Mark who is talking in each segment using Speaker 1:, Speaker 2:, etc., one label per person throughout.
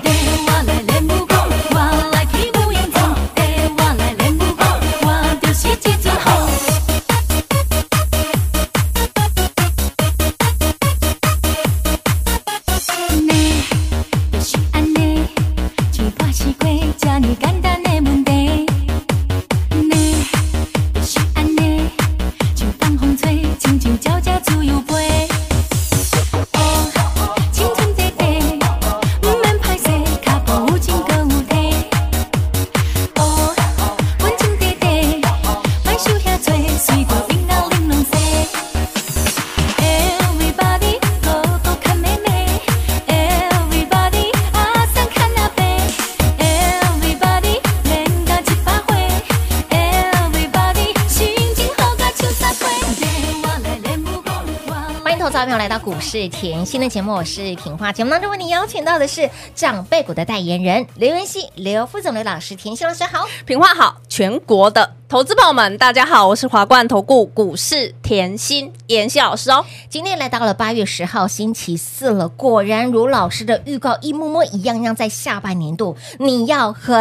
Speaker 1: 我来练武功，我来起舞迎风，我来练武功，我就是这阵风。你就是安尼，一破四过，这呢简单的问题。你就是安尼，像放风吹，亲像鸟只自由飞。哦，清清地地，不免歹势，脚步有情搁有体。哦，阮清地地，莫想遐多，随着音乐玲珑西。Everybody 勾勾看妹妹，Everybody 阿三看阿伯，Everybody 练到一百回，Everybody 心情好甲像三杯。我来练武功，我
Speaker 2: 欢迎投资者朋友来到股市甜心的节目，我是平花。节目当中为您邀请到的是长辈股的代言人刘元熙、刘副总、刘老师、甜心老师好。
Speaker 3: 品话好，全国的投资朋友们，大家好，我是华冠投顾股市甜心妍希老师哦。
Speaker 2: 今天来到了八月十号星期四了，果然如老师的预告，一摸摸一样样，在下半年度你要很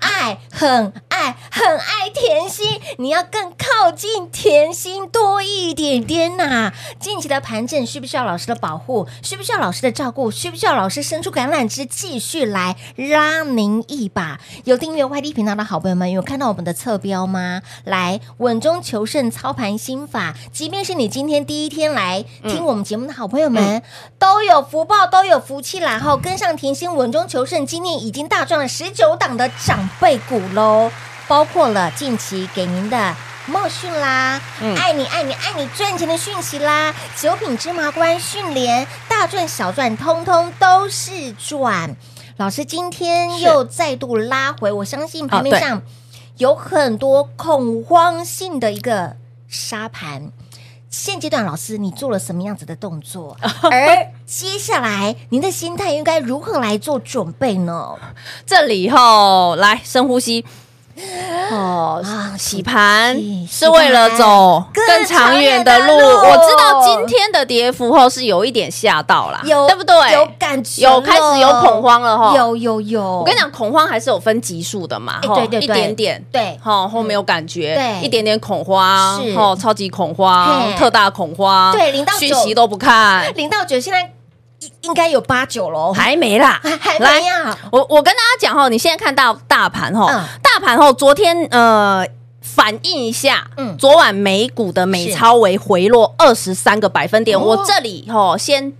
Speaker 2: 爱、很爱、很爱甜心，你要更靠近甜心多一点点呐、近期的盘整需不需要老师的保护？需不需要老师的照顾？需不需要老师伸出橄榄枝继续来拉您一把？有订阅 YD 频道的好朋友们，有看到我们的侧标吗？来，稳中求胜操盘心法，即便是你今天第一天来听我们节目的好朋友们，都有福报，都有福气啦！后跟上甜心稳中求胜，今年已经大赚了十九档的长辈股喽，包括了近期给您的。茂讯啦，
Speaker 3: 嗯
Speaker 2: 爱你爱你爱你赚钱的讯息啦，九品芝麻官训练大赚小赚，通通都是赚。老师今天
Speaker 3: 是啊
Speaker 2: 又再度拉回，我相信盘面
Speaker 3: 对
Speaker 2: 上有很多恐慌性的一个沙盘。现阶段，老师你做了什么样子的动作？而
Speaker 3: 哎
Speaker 2: 接下来您的心态应该如何来做准备呢？
Speaker 3: 这里吼，来深呼吸。哦
Speaker 2: 啊，
Speaker 3: 洗盘
Speaker 2: 洗
Speaker 3: 是为了走
Speaker 2: 更
Speaker 3: 更长远的路。
Speaker 2: 长远的路
Speaker 3: 我知道今天的跌幅后是有一点吓到啦，
Speaker 2: 有
Speaker 3: 啊对不对？
Speaker 2: 有感觉了，
Speaker 3: 有开始有恐慌了吼
Speaker 2: 有有有，我
Speaker 3: 我跟你，讲，恐慌还是有分级数的嘛，
Speaker 2: 哦哎
Speaker 3: 吼
Speaker 2: 对对对
Speaker 3: 一点点。
Speaker 2: 对，
Speaker 3: 吼，后面有感觉，
Speaker 2: 对
Speaker 3: 一点点恐慌
Speaker 2: 是，
Speaker 3: 吼，超级恐慌
Speaker 2: 嘿，
Speaker 3: 特大恐慌，
Speaker 2: 对零到九
Speaker 3: 讯息都不看，
Speaker 2: 零到九现在应应该有八九喽，
Speaker 3: 还没啦，
Speaker 2: 还还
Speaker 3: 来
Speaker 2: 没啊？
Speaker 3: 我我跟大家讲哈，你现在看到大盘哈，
Speaker 2: 嗯
Speaker 3: 大盘哈，昨天呃反映一下，
Speaker 2: 嗯
Speaker 3: 昨晚美股的美超为回落二十三个百分点，
Speaker 2: 哦
Speaker 3: 我这里哈先。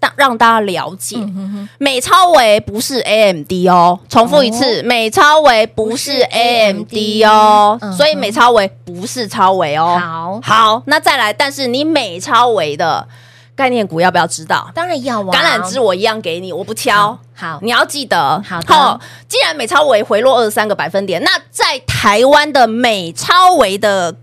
Speaker 3: 让让大家了解，
Speaker 2: 嗯哼哼
Speaker 3: 美超维不是 AMD 哦，重复一次，美超维不
Speaker 2: 不
Speaker 3: 是
Speaker 2: 是
Speaker 3: AMD
Speaker 2: AMD
Speaker 3: 哦，
Speaker 2: 嗯哼嗯
Speaker 3: 所以美超维不是超维哦。
Speaker 2: 好
Speaker 3: 好，那再来，但是你美超维的概念股要不要知道？
Speaker 2: 当然要啊，
Speaker 3: 橄榄枝我一样给你，我不
Speaker 2: 好
Speaker 3: 敲。
Speaker 2: 好，
Speaker 3: 你要记得，
Speaker 2: 好的
Speaker 3: 齁既然美超维回落二十三个百分点，那在台湾的美超维的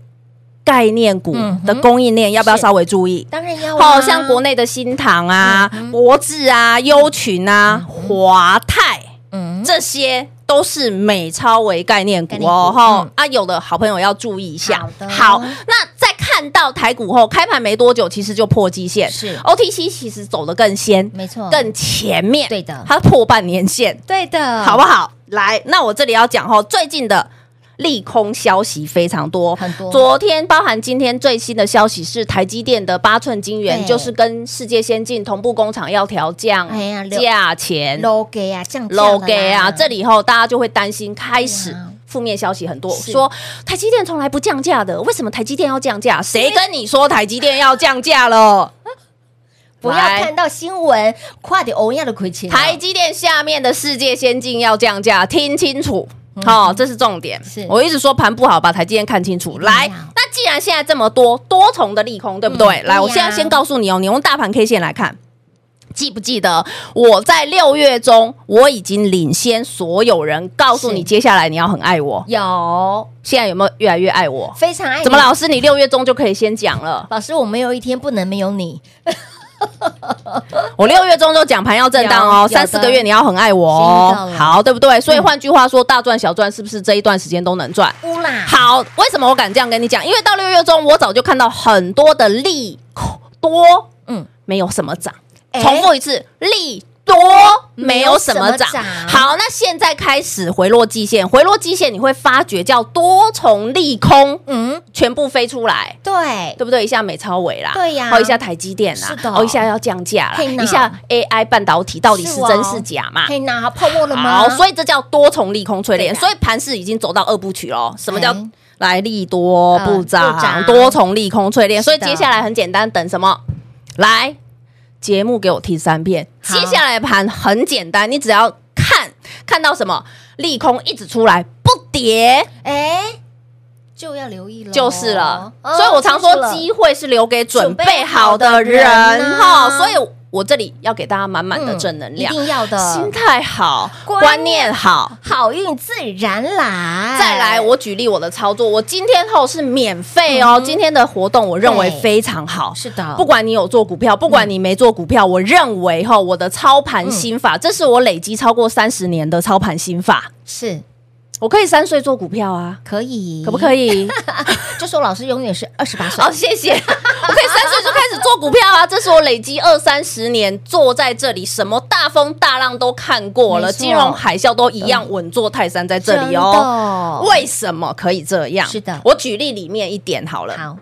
Speaker 3: 概念股
Speaker 2: 嗯哼
Speaker 3: 的供应链，要不要稍微注意？
Speaker 2: 当然要啊，
Speaker 3: 哦，像国内的新唐啊、
Speaker 2: 嗯
Speaker 3: 博智啊、优群啊、华泰
Speaker 2: 嗯
Speaker 3: 这些。都是美超为概念股哦，
Speaker 2: 概念股嗯
Speaker 3: 吼、啊，有的好朋友要注意一下
Speaker 2: 好。的
Speaker 3: 那在看到台股后开盘没多久，其实就破基线，
Speaker 2: 是
Speaker 3: OTC 其实走得更先，
Speaker 2: 没错，
Speaker 3: 哦更前面，
Speaker 2: 对的
Speaker 3: 它破半年线，
Speaker 2: 对的，
Speaker 3: 好不好？来，那我这里要讲哦，最近的利空消息非常多，
Speaker 2: 很多
Speaker 3: 昨天包含今天最新的消息是台积电的八寸晶圆，
Speaker 2: 对
Speaker 3: 就是跟世界先进同步工厂要调降
Speaker 2: 哎呀六
Speaker 3: 价钱。
Speaker 2: low 给啊，降价了啦
Speaker 3: low 给啊，这里后大家就会担心，开始
Speaker 2: 对啊
Speaker 3: 负面消息很多，
Speaker 2: 是
Speaker 3: 说台积电从来不降价的，为什么台积电要降价？谁跟你说台积电要降价了？
Speaker 2: 不要
Speaker 3: 来
Speaker 2: 看到新闻，快点欧亚的亏钱啊，
Speaker 3: 台积电下面的世界先进要降价，听清楚。好、这是重点。
Speaker 2: 嗯是
Speaker 3: 我一直说盘不好，把台积电看清楚。来
Speaker 2: 要，
Speaker 3: 那既然现在这么多多重的利空，对不对？
Speaker 2: 嗯
Speaker 3: 来，我
Speaker 2: 对呀
Speaker 3: 现在先告诉你哦，你用大盘 K 线来看，记不记得我在六月中我已经领先所有人，告诉你
Speaker 2: 是
Speaker 3: 接下来你要很爱我。
Speaker 2: 有
Speaker 3: 现在有没有越来越爱我？
Speaker 2: 非常爱你。
Speaker 3: 怎么老师你六月中就可以先讲了？
Speaker 2: 老师，我没有一天不能没有你。
Speaker 3: 我六月中就讲盘要震荡
Speaker 2: 有有
Speaker 3: 哦，
Speaker 2: 的
Speaker 3: 三四个月你要很爱我
Speaker 2: 知道
Speaker 3: 哦
Speaker 2: 了，
Speaker 3: 好，对不对？所以换句话说，大赚小赚是不是这一段时间都能赚？
Speaker 2: 乌啦，
Speaker 3: 好，为什么我敢这样跟你讲？因为到六月中，我早就看到很多的利多，
Speaker 2: 嗯
Speaker 3: 嗯，没有什么涨。
Speaker 2: 哎
Speaker 3: 重复一次，利多没有什么涨
Speaker 2: 没有什么涨。
Speaker 3: 好，那现在开始回落季线，回落季线你会发觉叫多重利空
Speaker 2: 嗯，
Speaker 3: 全部飞出来。
Speaker 2: 对，
Speaker 3: 对不对？一下美超伟啦，
Speaker 2: 对呀
Speaker 3: 哦，一下台积电啦，
Speaker 2: 是的
Speaker 3: 哦，一下要降价啦，
Speaker 2: 嘿呐
Speaker 3: 一下 AI 半导体到底是
Speaker 2: 是哦
Speaker 3: 真是假嘛？
Speaker 2: 可以拿泡沫了吗？
Speaker 3: 好，所以这叫多重利空淬
Speaker 2: 对
Speaker 3: 炼，
Speaker 2: 啦
Speaker 3: 所以盘势已经走到二部曲喽。什么叫
Speaker 2: 哎
Speaker 3: 来利多
Speaker 2: 呃
Speaker 3: 不
Speaker 2: 不涨
Speaker 3: 涨，多重利空淬炼？
Speaker 2: 是
Speaker 3: 所
Speaker 2: 的
Speaker 3: 以接下来很简单，等什么？来，节目给我听三遍。
Speaker 2: 好
Speaker 3: 接下来的盘很简单，你只要看看到什么利空一直出来不跌
Speaker 2: 哎，就要留意了，
Speaker 3: 就是了。
Speaker 2: 哦
Speaker 3: 所以我常
Speaker 2: 就
Speaker 3: 说
Speaker 2: 是了
Speaker 3: 机会是留给准
Speaker 2: 准备
Speaker 3: 备
Speaker 2: 好
Speaker 3: 好
Speaker 2: 的
Speaker 3: 的
Speaker 2: 人
Speaker 3: 人
Speaker 2: 啊
Speaker 3: 哈，所以我这里要给大家满满的
Speaker 2: 嗯
Speaker 3: 正能量
Speaker 2: 一。定要
Speaker 3: 心
Speaker 2: 的，
Speaker 3: 态好，
Speaker 2: 观哎
Speaker 3: 观念好，
Speaker 2: 好运自然来。
Speaker 3: 再来，我举例我的操作，我今天后是免费哦，今天的活动我认为
Speaker 2: 嗯对嗯
Speaker 3: 非常好。
Speaker 2: 是的，
Speaker 3: 不管你有做股票，不管你没做股票，我认为哈，我的操
Speaker 2: 嗯
Speaker 3: 盘心法，这是我累积超过三十年的操盘心法。
Speaker 2: 是
Speaker 3: 我可以三岁做股票啊，
Speaker 2: 可以，
Speaker 3: 可不可
Speaker 2: 以？
Speaker 3: 以？哦
Speaker 2: 就说老师永远是二十八岁
Speaker 3: 好，，谢谢。我可以三岁就开始做股票啊，这是我累积二三十年坐在这里，什么大风大浪都看过
Speaker 2: 没
Speaker 3: 了，
Speaker 2: 错
Speaker 3: 金融海啸都一样稳坐泰山在这里
Speaker 2: 真
Speaker 3: 哦。
Speaker 2: 的
Speaker 3: 为什么可以这样？
Speaker 2: 是的
Speaker 3: 我举例里面一点好了。
Speaker 2: 好，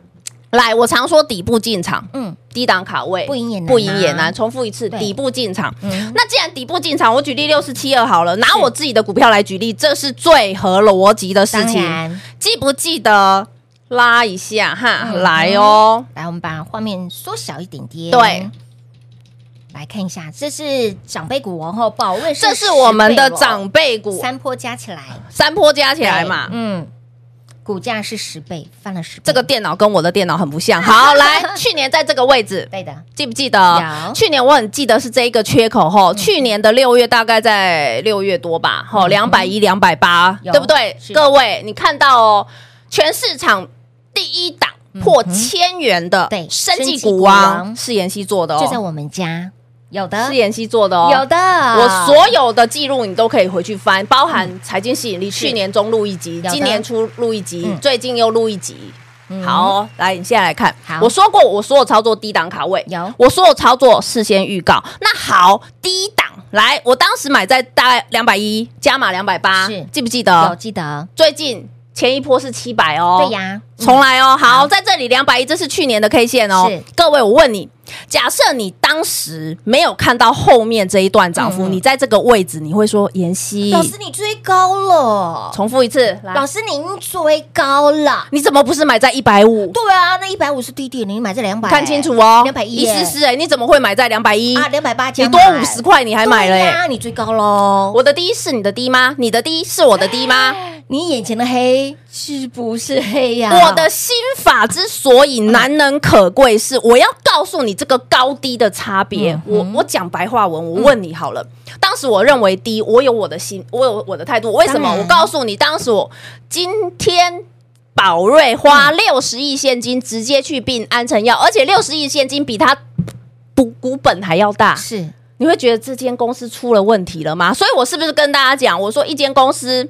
Speaker 3: 来，我常说底部进场，
Speaker 2: 嗯，
Speaker 3: 低档卡位，
Speaker 2: 不赢也难啊
Speaker 3: 不赢也难。重复一次，
Speaker 2: 对
Speaker 3: 底部进场。
Speaker 2: 嗯
Speaker 3: 那既然底部进场，我举例六四七二好了，拿我自己的股票来举例，这是最合逻辑的事
Speaker 2: 当
Speaker 3: 情。
Speaker 2: 然，
Speaker 3: 记不记得拉一下哈？
Speaker 2: 嗯
Speaker 3: 来哦，
Speaker 2: 来，我们把画面缩小一点点，
Speaker 3: 对，
Speaker 2: 来看一下，这是长辈股王后宝瑞，
Speaker 3: 这是我们的长
Speaker 2: 涨
Speaker 3: 辈股，
Speaker 2: 哦三波加起来，
Speaker 3: 三波加起来嘛
Speaker 2: 对。嗯，股价是十倍，翻了十倍，
Speaker 3: 这个电脑跟我的电脑很不像。好，来，去年在这个位置，
Speaker 2: 对的，
Speaker 3: 记不记得
Speaker 2: 嗯有？嗯
Speaker 3: 去年我很记得是这一个缺口吼，去年的六月大概在六月多吧，吼两百一、两百八，
Speaker 2: 有
Speaker 3: 对不对
Speaker 2: 是？
Speaker 3: 各位，你看到哦，全市场第一档破千元的
Speaker 2: 嗯对
Speaker 3: 生
Speaker 2: 生
Speaker 3: 技
Speaker 2: 技股
Speaker 3: 股
Speaker 2: 王
Speaker 3: 王是妍希做的
Speaker 2: 就在
Speaker 3: 哦，
Speaker 2: 我们家，有的
Speaker 3: 是，妍希做的哦，
Speaker 2: 有的，啊
Speaker 3: 我所有的记录你都可以回去翻，包含财经吸引力，去年中录一集
Speaker 2: 的，
Speaker 3: 今年初录一集
Speaker 2: 嗯，
Speaker 3: 最近又录一集。
Speaker 2: 嗯
Speaker 3: 好，来，你现在来看
Speaker 2: 好，
Speaker 3: 我说过我所有操作低档卡位，
Speaker 2: 有
Speaker 3: 我所有操作事先预告。那好，低档来，我当时买在大概两百一，加码两百八
Speaker 2: 是，
Speaker 3: 记不记
Speaker 2: 有
Speaker 3: 得？
Speaker 2: 记得，
Speaker 3: 最近前一波是七百哦，
Speaker 2: 对呀，嗯
Speaker 3: 重来哦，好，在这里两百一，这是去年的 K 线哦
Speaker 2: 是。
Speaker 3: 各位，我问你，假设你当时没有看到后面这一段涨幅，
Speaker 2: 嗯嗯
Speaker 3: 你在这个位置，你会说妍希？
Speaker 2: 老师你追高了，
Speaker 3: 重复一次，来
Speaker 2: 老，师您追高了，
Speaker 3: 你怎么不是买在一百五？
Speaker 2: 对啊，那一百五是低点，你买这两百，
Speaker 3: 看清楚哦，
Speaker 2: 两百一
Speaker 3: 一四四，哎，你怎么会买在两百一？
Speaker 2: 啊，两百八，
Speaker 3: 你多五十块，你还买了
Speaker 2: 对
Speaker 3: 哎。
Speaker 2: 呀，你追高喽，
Speaker 3: 我的低是你的低吗？你的低是我的低吗？
Speaker 2: 你眼前的黑是不是黑呀、
Speaker 3: 我的心法之所以难能可贵，是我要告诉你这个高低的差别。
Speaker 2: 嗯
Speaker 3: 我我讲白话文，我问你好了，当时我认为低，我有我的心，我有我的态度。为什么？
Speaker 2: 当然
Speaker 3: 我告诉你，当时我今天。宝瑞花六十亿现金直接去并安诚药，而且六十亿现金比它股股本还要大，
Speaker 2: 是
Speaker 3: 你会觉得这间公司出了问题了吗？所以我是不是跟大家讲，我说一间公司，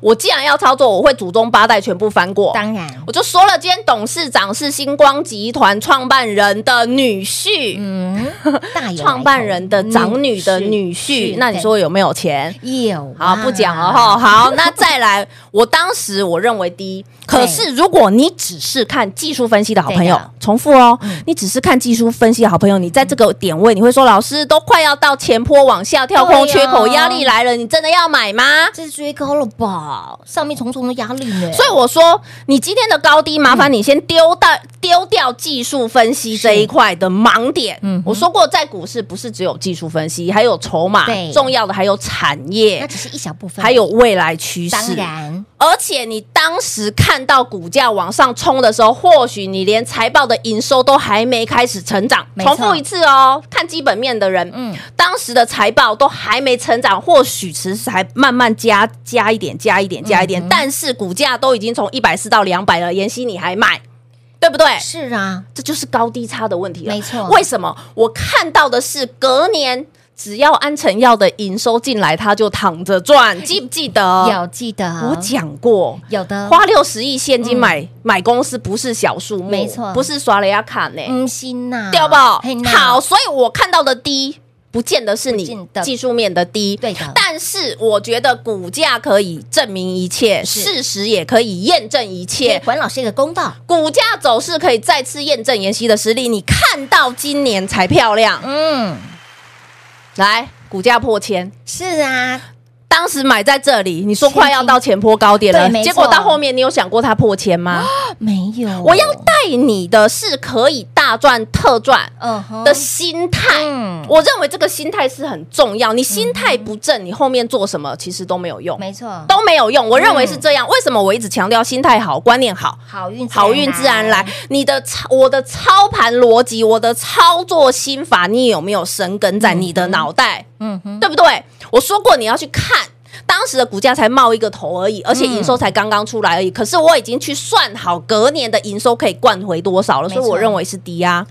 Speaker 3: 我既然要操作，我会祖宗八代全部翻过，
Speaker 2: 当然，
Speaker 3: 我就说了，今天董事长是星光集团创办人的女婿，
Speaker 2: 嗯，大有来头
Speaker 3: 创办人的长女的女
Speaker 2: 是
Speaker 3: 婿。那你
Speaker 2: 对
Speaker 3: 说有没有钱？
Speaker 2: 有啊
Speaker 3: 好，不讲了哈。好，那再来，我当时我认为低，可是如果你只是看技术分析的好朋友
Speaker 2: 对的，嗯
Speaker 3: 重复哦，你只是看技术分析的好朋友，你在这个点位，你会说老师都快要到前坡往下跳空
Speaker 2: 对呀
Speaker 3: 缺口压力来了，你真的要买吗？
Speaker 2: 这是追高了吧？哇，上面重重的压力呢。
Speaker 3: 所以我说，你今天的高低，麻烦你先丢到丢掉技术分析这一块的盲点。
Speaker 2: 嗯哼
Speaker 3: 我说过，在股市不是只有技术分析，还有筹码
Speaker 2: 对，
Speaker 3: 重要的还有产
Speaker 2: 那
Speaker 3: 业，
Speaker 2: 只是一小部分，
Speaker 3: 还有未来趋势。
Speaker 2: 当然
Speaker 3: 而且你当时看到股价往上冲的时候，或许你连财报的营收都还没开始成长。
Speaker 2: 没错
Speaker 3: 重复一次哦，看基本面的人，
Speaker 2: 嗯
Speaker 3: 嗯，当时的财报都还没成长，或许其实还慢慢加加一点，加一点，加
Speaker 2: 嗯
Speaker 3: 一点，但是股价都已经从一百四到两百了，妍希你还买，对不对？
Speaker 2: 是啊，
Speaker 3: 这就是高低差的问题了。
Speaker 2: 没错
Speaker 3: 为什么我看到的是隔年只要安诚药的营收进来，它就躺着赚，记不记得？
Speaker 2: 有记得
Speaker 3: 我讲过，
Speaker 2: 有的
Speaker 3: 呃花六十亿现金买、买公司不是小数目，
Speaker 2: 没错
Speaker 3: 不是刷了要卡呢，
Speaker 2: 嗯心呐，
Speaker 3: 对不？
Speaker 2: 嘿呐
Speaker 3: 好，，所以我看到的低，不见得是
Speaker 2: 不见
Speaker 3: 你
Speaker 2: 得
Speaker 3: 技术面的低，
Speaker 2: 对的
Speaker 3: 但是我觉得股价可以证明一切，
Speaker 2: 是
Speaker 3: 事实也可以验证一
Speaker 2: 给
Speaker 3: 切。
Speaker 2: 管老师一个公道。
Speaker 3: 股价走势可以再次验证妍希的实力，你看到今年才漂亮。
Speaker 2: 嗯，
Speaker 3: 来，股价破千，
Speaker 2: 是啊，
Speaker 3: 当时买在这里，你说快要到前坡高点
Speaker 2: 对
Speaker 3: 了
Speaker 2: 没，错哦
Speaker 3: 结果到后面你有想过它破千吗？
Speaker 2: 没有，
Speaker 3: 我要带你的是可以大赚特赚
Speaker 2: 嗯哼
Speaker 3: 的心态。
Speaker 2: 嗯
Speaker 3: 我认为这个心态是很重要，你心态不正，你后面做什么其实都没有用，
Speaker 2: 没错，
Speaker 3: 都没有用。我认为是这样。为什么我一直强调心态好，观念好？
Speaker 2: 好运
Speaker 3: 好运自然来，。你的操我的操盘逻辑，我的操作心法，你有没有生根在你的脑袋？
Speaker 2: 嗯哼，
Speaker 3: 对不对？我说过你要去看。当时的股价才冒一个头而已，而且营收才刚刚出来而已。可是我已经去算好隔年的营收可以灌回多少了，
Speaker 2: 没
Speaker 3: 所
Speaker 2: 错
Speaker 3: 以我认为是低啊。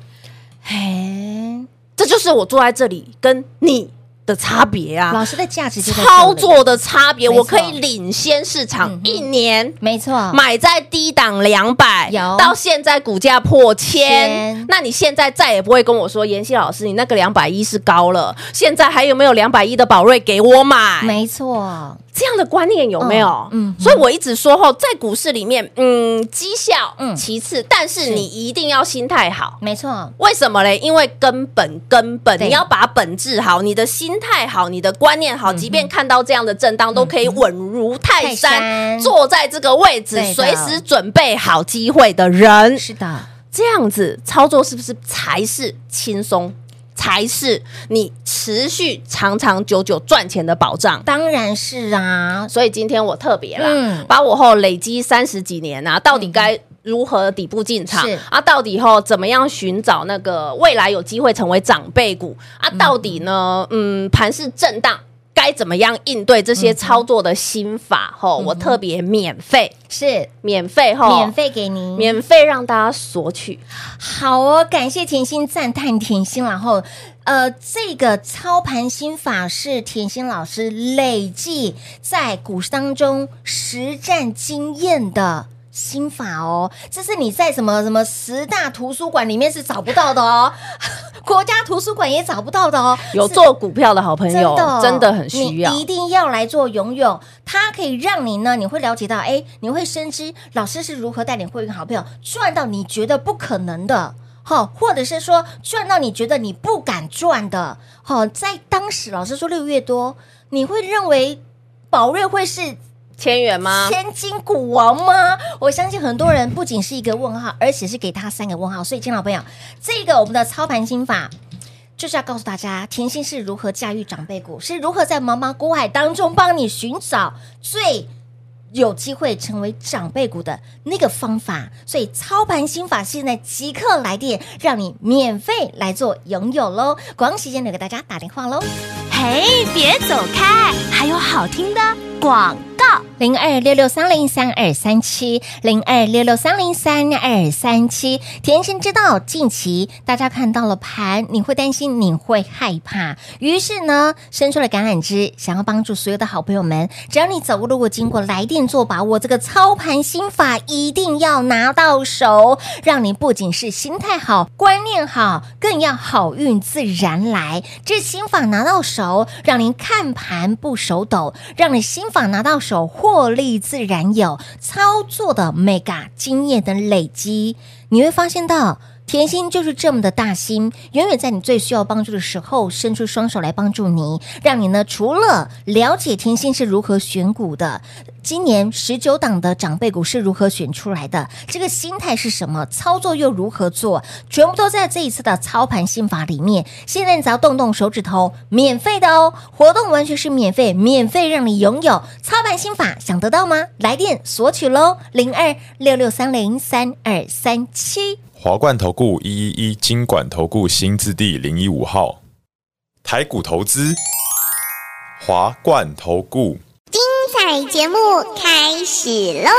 Speaker 2: 嘿，
Speaker 3: 这就是我坐在这里跟你的差别啊，
Speaker 2: 老师的价值就在这里
Speaker 3: 操，作的差别，
Speaker 2: 没错
Speaker 3: 我可以领先市
Speaker 2: 嗯
Speaker 3: 场
Speaker 2: 哼
Speaker 3: 一年。
Speaker 2: 没错，
Speaker 3: 买在低档两百
Speaker 2: 有，
Speaker 3: 到现在股价破
Speaker 2: 千
Speaker 3: 千，那你现在再也不会跟我说，妍希老师，你那个两百一是高了，现在还有没有两百一的宝瑞给我买？
Speaker 2: 没错，
Speaker 3: 这样的观念有没有？
Speaker 2: 嗯
Speaker 3: 嗯，
Speaker 2: 嗯
Speaker 3: 所以我一直说后，在股市里面，嗯，绩效
Speaker 2: 嗯
Speaker 3: 其次，但是你一定要心态好。
Speaker 2: 没错，
Speaker 3: 为什么嘞？因为根本根本，
Speaker 2: 对
Speaker 3: 你要把本质好，你的心态好，你的观念
Speaker 2: 嗯
Speaker 3: 好，即便看到这样的震荡，都可以稳如泰
Speaker 2: 泰山
Speaker 3: 山，坐在这个位置
Speaker 2: 对的，
Speaker 3: 随时准备好机会的人，
Speaker 2: 是的，
Speaker 3: 这样子操作是不是才是轻松，才是你持续长长久久赚钱的保障？
Speaker 2: 当然是啊，
Speaker 3: 所以今天我特别啦，
Speaker 2: 嗯
Speaker 3: 把我后累积三十几年啊，到底该如何底部进场
Speaker 2: 是
Speaker 3: 啊？到底后怎么样寻找那个未来有机会成为长辈股啊？到底呢，嗯，盘势震荡。该怎么样应对这
Speaker 2: 嗯
Speaker 3: 些操作的心法？吼、我特别免费，
Speaker 2: 是
Speaker 3: 免费吼，
Speaker 2: 嗯免费给您，
Speaker 3: 免费让大家索取。
Speaker 2: 好哦，感谢甜心，赞叹甜心。然后，呃，这个操盘心法是甜心老师累计在股市当中实战经验的。心法哦，这是你在什么什么十大图书馆里面是找不到的哦， 国家图书馆也找不到的哦。
Speaker 3: 有
Speaker 2: 是
Speaker 3: 做股票的好朋
Speaker 2: 真
Speaker 3: 友，
Speaker 2: 的
Speaker 3: 真的很需要
Speaker 2: 你。一定要来做游泳，它可以让你呢，你会了解到，哎，你会深知老师是如何带领会员好朋友赚到你觉得不可能的。好，或者是说赚到你觉得你不敢赚的，好，在当时老师说六月多，你会认为宝瑞会是
Speaker 3: 千元吗？
Speaker 2: 千金股王吗？我相信很多人不仅是一个问号，而且是给他三个问号。所以，亲老朋友，这个我们的操盘心法。就是要告诉大家，甜心是如何驾驭长辈股，是如何在茫茫股海当中帮你寻找最有机会成为长辈股的那个方法。所以操盘心法现在即刻来电，让你免费来做拥有喽！广告时间留给大家打电话喽。
Speaker 4: 嘿，别走开，还有好听的广告。
Speaker 2: 零二六六三零三二三七，零二六六三零三二三七。甜心知道，近期大家看到了盘，你会担心，你会害怕，于是呢，伸出了橄榄枝，想要帮助所有的好朋友们。只要你走过路过经过，来电做把握，这个操盘心法一定要拿到手，让你不仅是心态好、观念好，更要好运自然来。这心法拿到手，让您看盘不手抖，让你心法拿到手，获利自然有。操作的 mega 经验的累积，你会发现到。甜心就是这么的大心，永远在你最需要帮助的时候伸出双手来帮助你，让你呢除了了解甜心是如何选股的，今年十九档的长辈股是如何选出来的？这个心态是什么？操作又如何做？全部都在这一次的操盘心法里面。现在你只要动动手指头，免费的哦，活动完全是免费，免费让你拥有操盘心法，想得到吗？来电索取喽，零二六六三零三二三七。
Speaker 5: 华冠投顾一一一金管投顾新字第零一五号，台股投资，华冠投顾。
Speaker 6: 彩节目开始喽！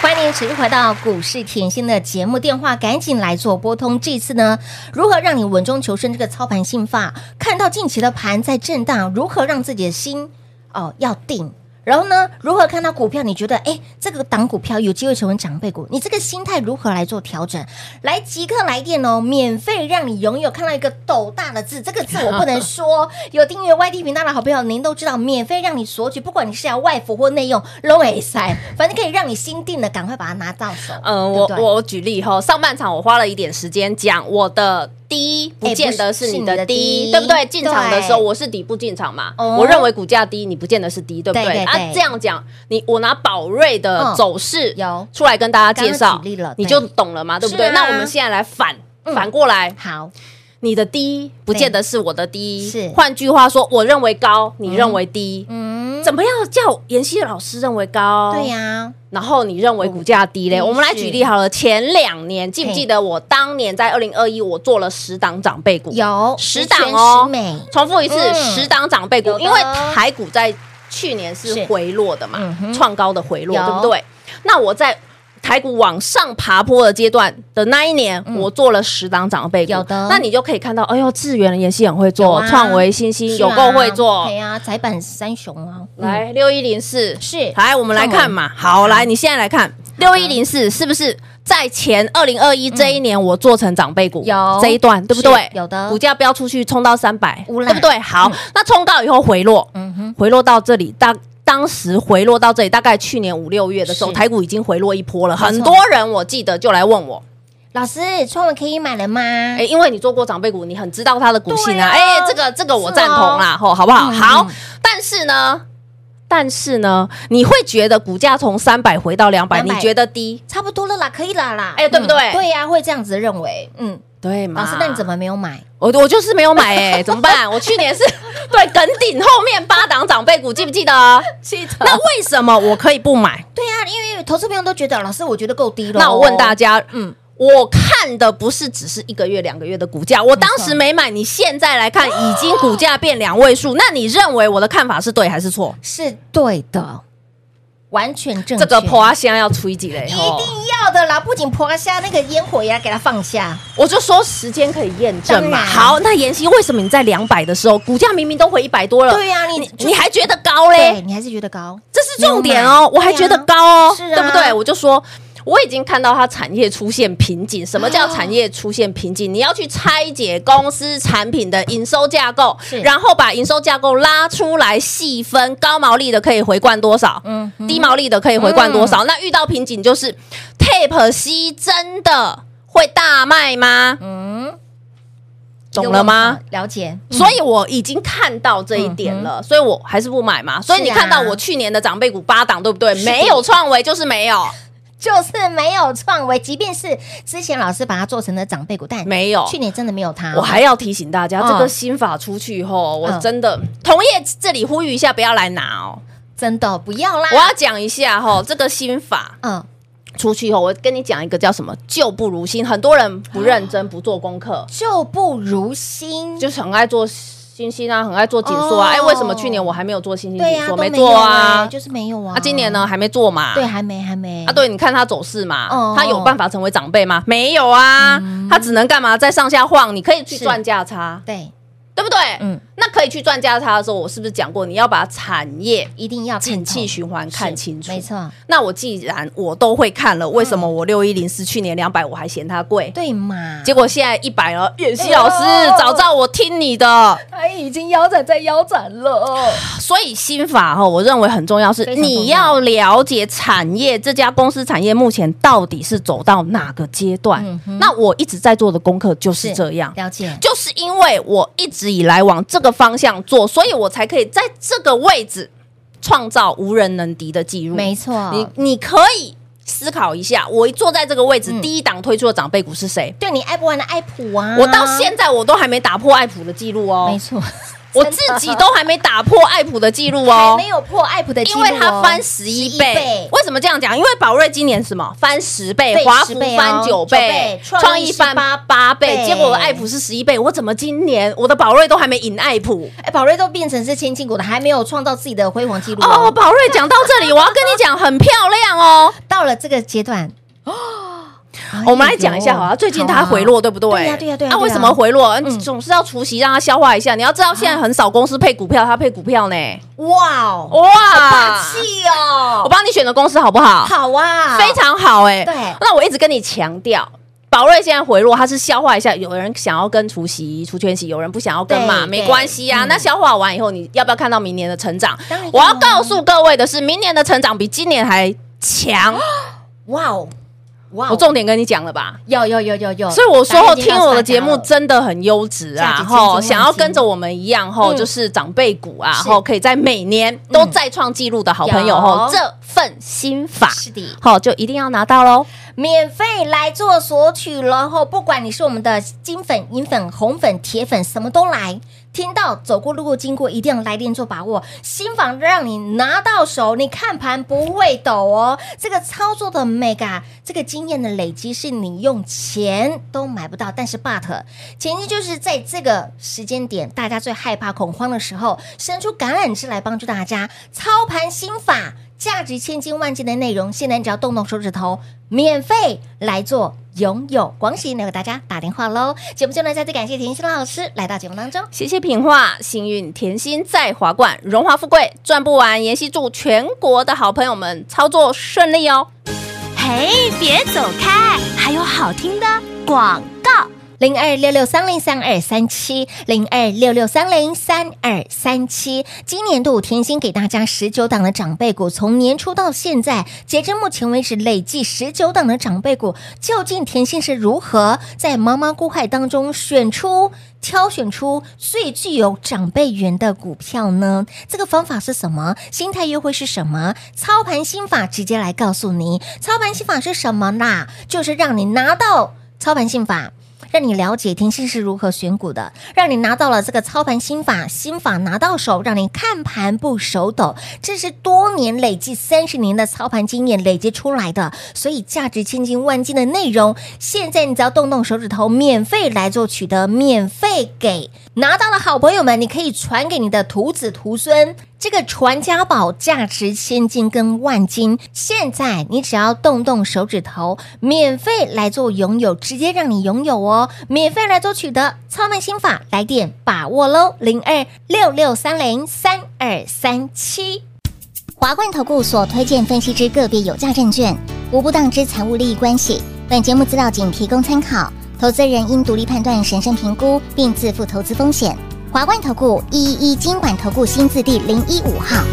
Speaker 2: 欢迎持续回到股市甜心的节目，电话赶紧来做拨通。这次呢，如何让你稳中求胜？这个操盘心法，看到近期的盘在震荡，如何让自己的心哦要定？然后呢，如何看到股票？你觉得哎，这个档股票有机会成为长辈股，你这个心态如何来做调整？来即刻来电哦，免费让你拥有。看到一个斗大的字，这个字我不能 说。有订阅 YT 频道的好朋友，您都知道，免费让你索取，不管你是要外服或内用，都可以塞，反正可以让你心定的，赶快把它拿到手。
Speaker 3: 嗯，
Speaker 2: 对
Speaker 3: 我
Speaker 2: 不对
Speaker 3: 我举例哈，上半场我花了一点时间讲我的低，
Speaker 2: 哎
Speaker 3: 不见得是你
Speaker 2: 不是是
Speaker 3: 的
Speaker 2: 你的低
Speaker 3: 低，对不对？进场的时候
Speaker 2: 对
Speaker 3: 我是底部进场嘛，
Speaker 2: 哦
Speaker 3: 我认为股价低，你不见得是低，对不
Speaker 2: 对对
Speaker 3: 对？啊
Speaker 2: 对，
Speaker 3: 这样讲，你我拿宝瑞的
Speaker 2: 嗯
Speaker 3: 走势
Speaker 2: 有
Speaker 3: 出来跟大家介
Speaker 2: 刚
Speaker 3: 绍
Speaker 2: 刚举例了，
Speaker 3: 你
Speaker 2: 对
Speaker 3: 就懂了嘛，对不对
Speaker 2: 是啊？
Speaker 3: 那我们现在来反
Speaker 2: 嗯
Speaker 3: 反过来，
Speaker 2: 好，
Speaker 3: 你的低不
Speaker 2: 对
Speaker 3: 见得是我的低，
Speaker 2: 是
Speaker 3: 换句话说，我认为高，你认为低，
Speaker 2: 嗯，
Speaker 3: 怎么样叫妍希老师认为高？
Speaker 2: 对呀、
Speaker 3: 然后你认为股价低嘞？
Speaker 2: 嗯
Speaker 3: 我们来
Speaker 2: 是
Speaker 3: 举例好了，前两年记不
Speaker 2: 嘿
Speaker 3: 记得我当年在二零二一我做了十档长辈股，
Speaker 2: 有
Speaker 3: 十档
Speaker 2: 十全十
Speaker 3: 哦
Speaker 2: 美，
Speaker 3: 重复一次
Speaker 2: 嗯
Speaker 3: 十档长辈
Speaker 2: 有
Speaker 3: 股，
Speaker 2: 的
Speaker 3: 因为台股在去年
Speaker 2: 是
Speaker 3: 是回落的
Speaker 2: 嗯
Speaker 3: 嘛
Speaker 2: 哼，
Speaker 3: 创高的回落，
Speaker 2: 有
Speaker 3: 对不对？那我在台股往上爬坡的阶段的那一年，我做了十档长辈股，
Speaker 2: 嗯有的
Speaker 3: 那你就可以看到，哎呦，智源的妍希很会
Speaker 2: 有
Speaker 3: 做，
Speaker 2: 啊
Speaker 3: 创维、星星嗯有够会做
Speaker 2: 对，呀、窄板三雄啊，嗯
Speaker 3: 来六一零四
Speaker 2: 是
Speaker 3: 来我们来看嘛，好，来你现在来看六一零四是不是在前二零二一这一年我做成长辈股
Speaker 2: 嗯有
Speaker 3: 这一段对不对？
Speaker 2: 是有的
Speaker 3: 股价飙出去冲到三百，
Speaker 2: 乌啦
Speaker 3: 对不对？好，那冲到以后回落，
Speaker 2: 嗯哼，
Speaker 3: 回落到这里大。当时回落到这里，大概去年五六月的时候，
Speaker 2: 是
Speaker 3: 台股已经回落一波了。
Speaker 2: 错
Speaker 3: 很多人我记得就来问我，
Speaker 2: 老师，创文可以买了吗？
Speaker 3: 哎、因为你做过长辈股，你很知道它的股性啊。
Speaker 2: 对
Speaker 3: 哎、
Speaker 2: 啊
Speaker 3: 这个这个我
Speaker 2: 是
Speaker 3: 赞同啦，吼、好不好？
Speaker 2: 嗯
Speaker 3: 好，但是呢，但是呢，你会觉得股价从三百回到两百，
Speaker 2: 200
Speaker 3: 你觉得低？
Speaker 2: 差不多了啦，可以了啦。
Speaker 3: 哎对不对
Speaker 2: 嗯对呀、会这样子认为。嗯，
Speaker 3: 对
Speaker 2: 老师，那你怎？么没有买？
Speaker 3: 我我就是没有买 哎、怎么办？我去年是对梗顶后面八档长辈股，记不记得？记得。那为什么我可以不买？
Speaker 2: 对呀、因为投资朋友都觉得老师，我觉得够低了。
Speaker 3: 那我问大
Speaker 2: 家，
Speaker 3: 家，嗯。我看的不是只是一个月、两个月的股价，我当时没买，你现在来看已经股价变两位数，那你认为我的看法是对还是错？
Speaker 2: 是对的，完全正确。
Speaker 3: 这个破哦箱要吹几嘞？
Speaker 2: 一
Speaker 3: 吼
Speaker 2: 定要的啦，不仅泼下那个烟火也要给它放下。
Speaker 3: 我就说时间可以验证
Speaker 2: 当
Speaker 3: 嘛。
Speaker 2: 然
Speaker 3: 好，那妍希为什么你在两百的时候，股价明明都回一百多了，
Speaker 2: 对呀、你
Speaker 3: 呃你还觉得高
Speaker 2: 对
Speaker 3: 嘞？
Speaker 2: 你还是觉得高，
Speaker 3: 这是重点
Speaker 2: 没有
Speaker 3: 哦，
Speaker 2: 买
Speaker 3: 我还觉得高哦，
Speaker 2: 对啊是啊
Speaker 3: 对不对？我就说。我已经看到它产业出现瓶颈。什么
Speaker 2: 哦
Speaker 3: 叫产业出现瓶颈？你要去拆解公司产品的营收架构
Speaker 2: 是，
Speaker 3: 然后把营收架构拉出来细分，高毛利的可以回灌多少，
Speaker 2: 嗯哼
Speaker 3: 低毛利的可以回灌多
Speaker 2: 嗯
Speaker 3: 少。那遇到瓶颈就是 Tape C 真的会大卖吗？
Speaker 2: 嗯，
Speaker 3: 懂了吗？？
Speaker 2: 了解。
Speaker 3: 所以我已经看到这一点
Speaker 2: 嗯
Speaker 3: 了，所以我还是不买嘛。所以你看到我去年的长辈股八档，对不对？
Speaker 2: 啊是
Speaker 3: 没有创维就是没有，
Speaker 2: 就是没有创维，即便是之前老师把它做成的长辈股，但
Speaker 3: 没有
Speaker 2: 去年 真的没有它。
Speaker 3: 我还要提醒大家，
Speaker 2: 嗯
Speaker 3: 这个新法出去以后，我
Speaker 2: 嗯
Speaker 3: 真的同业这里呼吁一下，不要来拿哦。
Speaker 2: 真的不要啦。
Speaker 3: 我要讲一下哈，这个新法
Speaker 2: 嗯，
Speaker 3: 出去以后，我跟你讲一个叫什么“旧不如新”，很多人不认真，不做功课，
Speaker 2: 旧不如新，
Speaker 3: 就是很爱做新星啊，很爱做紧缩
Speaker 2: 哦
Speaker 3: 啊。哎，为什么去年我还没有做新星
Speaker 2: 对
Speaker 3: 紧
Speaker 2: 呀、
Speaker 3: 缩？
Speaker 2: 都没
Speaker 3: 做
Speaker 2: 有
Speaker 3: 啊
Speaker 2: 欸。就是没有啊。
Speaker 3: 啊，今年呢？还没做嘛？
Speaker 2: 对，还没，还没
Speaker 3: 啊，对，你看他走势嘛，
Speaker 2: 哦嗯
Speaker 3: 他有办法成为长辈吗？没有啊，他只能干嘛在上下晃？你可以去赚价差，
Speaker 2: 对，
Speaker 3: 对不对？
Speaker 2: 嗯，
Speaker 3: 那可以去赚价差的时候，我是不是讲过你要把产业
Speaker 2: 一定要看
Speaker 3: 景气
Speaker 2: 透
Speaker 3: 循环
Speaker 2: 是
Speaker 3: 看清楚？
Speaker 2: 没。错，嗯
Speaker 3: 那我既然我都会看了，为什么我六一零四去年两百我还嫌它贵？
Speaker 2: 对嘛？
Speaker 3: 结果现在一百了，妍希老师
Speaker 2: 哎呦，
Speaker 3: 早知道我听你的。
Speaker 2: 他已经腰斩在腰斩了，
Speaker 3: 所以心法哈，我认为很重要是
Speaker 2: 非常重要
Speaker 3: 你要了解产业这家公司产业目前到底是走到哪个阶段。
Speaker 2: 嗯哼
Speaker 3: 那我一直在做的功课就是
Speaker 2: 是
Speaker 3: 这样。
Speaker 2: 了解。
Speaker 3: 就是因为我一直以来往这个方向做，所以我才可以在这个位置创造无人能敌的记录。
Speaker 2: 没错
Speaker 3: 你你可以思考一下，我坐在这个位置，
Speaker 2: 嗯
Speaker 3: 第一档推出的长辈股是谁？
Speaker 2: 对你爱不完的爱普啊，
Speaker 3: 我到现在我都还没打破爱普的记录哦
Speaker 2: 没，错，
Speaker 3: 我自己都还没打破爱普的记录
Speaker 2: 还
Speaker 3: 哦
Speaker 2: 没。有破爱普的记
Speaker 3: 因
Speaker 2: 录哦，
Speaker 3: 为它翻十一倍
Speaker 2: 11，
Speaker 3: 为什么这样讲？因为宝瑞今年什么翻十倍
Speaker 2: 对，
Speaker 3: 华
Speaker 2: 10
Speaker 3: 孚
Speaker 2: 倍哦
Speaker 3: 翻九
Speaker 2: 9
Speaker 3: 倍
Speaker 2: 倍，
Speaker 3: 创意翻
Speaker 2: 18
Speaker 3: 八倍，
Speaker 2: 倍
Speaker 3: 结果我的爱普是十一倍，我怎么今年我的宝瑞都还没赢爱普？
Speaker 2: 哎，宝瑞都变成是千金股的，还没有创造自己的辉煌记录
Speaker 3: 哦，
Speaker 2: 哦。
Speaker 3: 宝瑞讲到这里，我要跟你讲，很漂亮 哦。
Speaker 2: 到了这个阶段，哦
Speaker 3: 我们来讲一下好啊了，最近它回，落，对不对？
Speaker 2: 啊对呀对呀对呀对
Speaker 3: 那
Speaker 2: 呀
Speaker 3: 为什么回落？你
Speaker 2: 嗯
Speaker 3: 总是要除息让它消化一下。你要知道，现在很少公司配股票，它配股票呢。
Speaker 2: 哎呦哇哦，
Speaker 3: 哇
Speaker 2: 霸，气
Speaker 3: 我
Speaker 2: 哦，
Speaker 3: 帮你选的公司好不好？
Speaker 2: 好啊，
Speaker 3: 非常好哎、
Speaker 2: 对
Speaker 3: 那我一直跟你强调。宝瑞现在回落，它是消化一下。有人想要跟除夕、除权息，有人不想要跟嘛，
Speaker 2: 对
Speaker 3: 没关系啊。
Speaker 2: 对嗯
Speaker 3: 那消化完以后，你要不要看到明年的成长
Speaker 2: 当然要啊？
Speaker 3: 我要告诉各位的是，明年的成长比今年还强。
Speaker 2: 哇哦，哇哦，
Speaker 3: 我重点跟你讲了吧？
Speaker 2: 有有有有有，
Speaker 3: 所以我说
Speaker 2: 打眼
Speaker 3: 后
Speaker 2: 睛
Speaker 3: 听
Speaker 2: 要
Speaker 3: 我的
Speaker 2: 撒
Speaker 3: 节目
Speaker 2: 娇了
Speaker 3: 真的很优质
Speaker 2: 价值
Speaker 3: 啊，
Speaker 2: 千金
Speaker 3: 吼，
Speaker 2: 万
Speaker 3: 想要
Speaker 2: 金
Speaker 3: 跟着我们一样，吼，
Speaker 2: 嗯
Speaker 3: 就是长辈股啊，
Speaker 2: 是嗯
Speaker 3: 吼，可以在每年都再创纪录的好朋友，
Speaker 2: 有
Speaker 3: 吼，这份心法，
Speaker 2: 是的，
Speaker 3: 吼，就一定要拿到喽。
Speaker 2: 免费来做索取咯，然后不管你是我们的金粉、银粉、红粉、铁粉，什么都来。听到走过路过经过，一定要来电做把握。新房让你拿到手，你看盘不会抖哦。这个操作的 mega，这个经验的累积是你用钱都买不到，但是 but 前提就是在这个时间点，大家最害怕恐慌的时候，伸出橄榄枝来帮助大家操盘心法。价值千金万金的内容，现在你只要动动手指头，免费来做拥有。广喜能给大家打电话喽！节目就呢，再次感谢田心老师来到节目当中。
Speaker 3: 谢谢品画，幸运甜心在华冠，荣华富贵赚不完。妍希祝全国的好朋友们操作顺利哦。
Speaker 1: 嘿，别走开，还有好听的广告。
Speaker 2: 零二六六三零三二三七，零二六六三零三二三七。今年度甜心给大家十九档的长辈股，从年初到现在，截至目前为止累计十九档的长辈股，究竟甜心是如何在茫茫股海当中选出、挑选出最具有长辈缘的股票呢？这个方法是什么？心态又会是什么？操盘心法直接来告诉你，操盘心法是什么啦？就是让你拿到操盘心法。让你了解甜心是如何选股的，让你拿到了这个操盘心法，心法拿到手，让你看盘不手抖。这是多年累计三十年的操盘经验累积出来的，所以价值千金万金的内容，现在你只要动动手指头，免费来做取得，免费给拿到的好朋友们，你可以传给你的徒子徒孙。这个传家宝价值千金跟万金，现在你只要动动手指头，免费来做拥有，直接让你拥有哦！免费来做取得，操盘心法来点把握喽，零二六六三零三二三七。
Speaker 6: 华冠投顾所推荐分析之个别有价证券，无不当之财务利益关系。本节目资料仅提供参考，投资人应独立判断、审慎评估，并自负投资风险。华冠投顾一一一金管投顾新字第零一五号。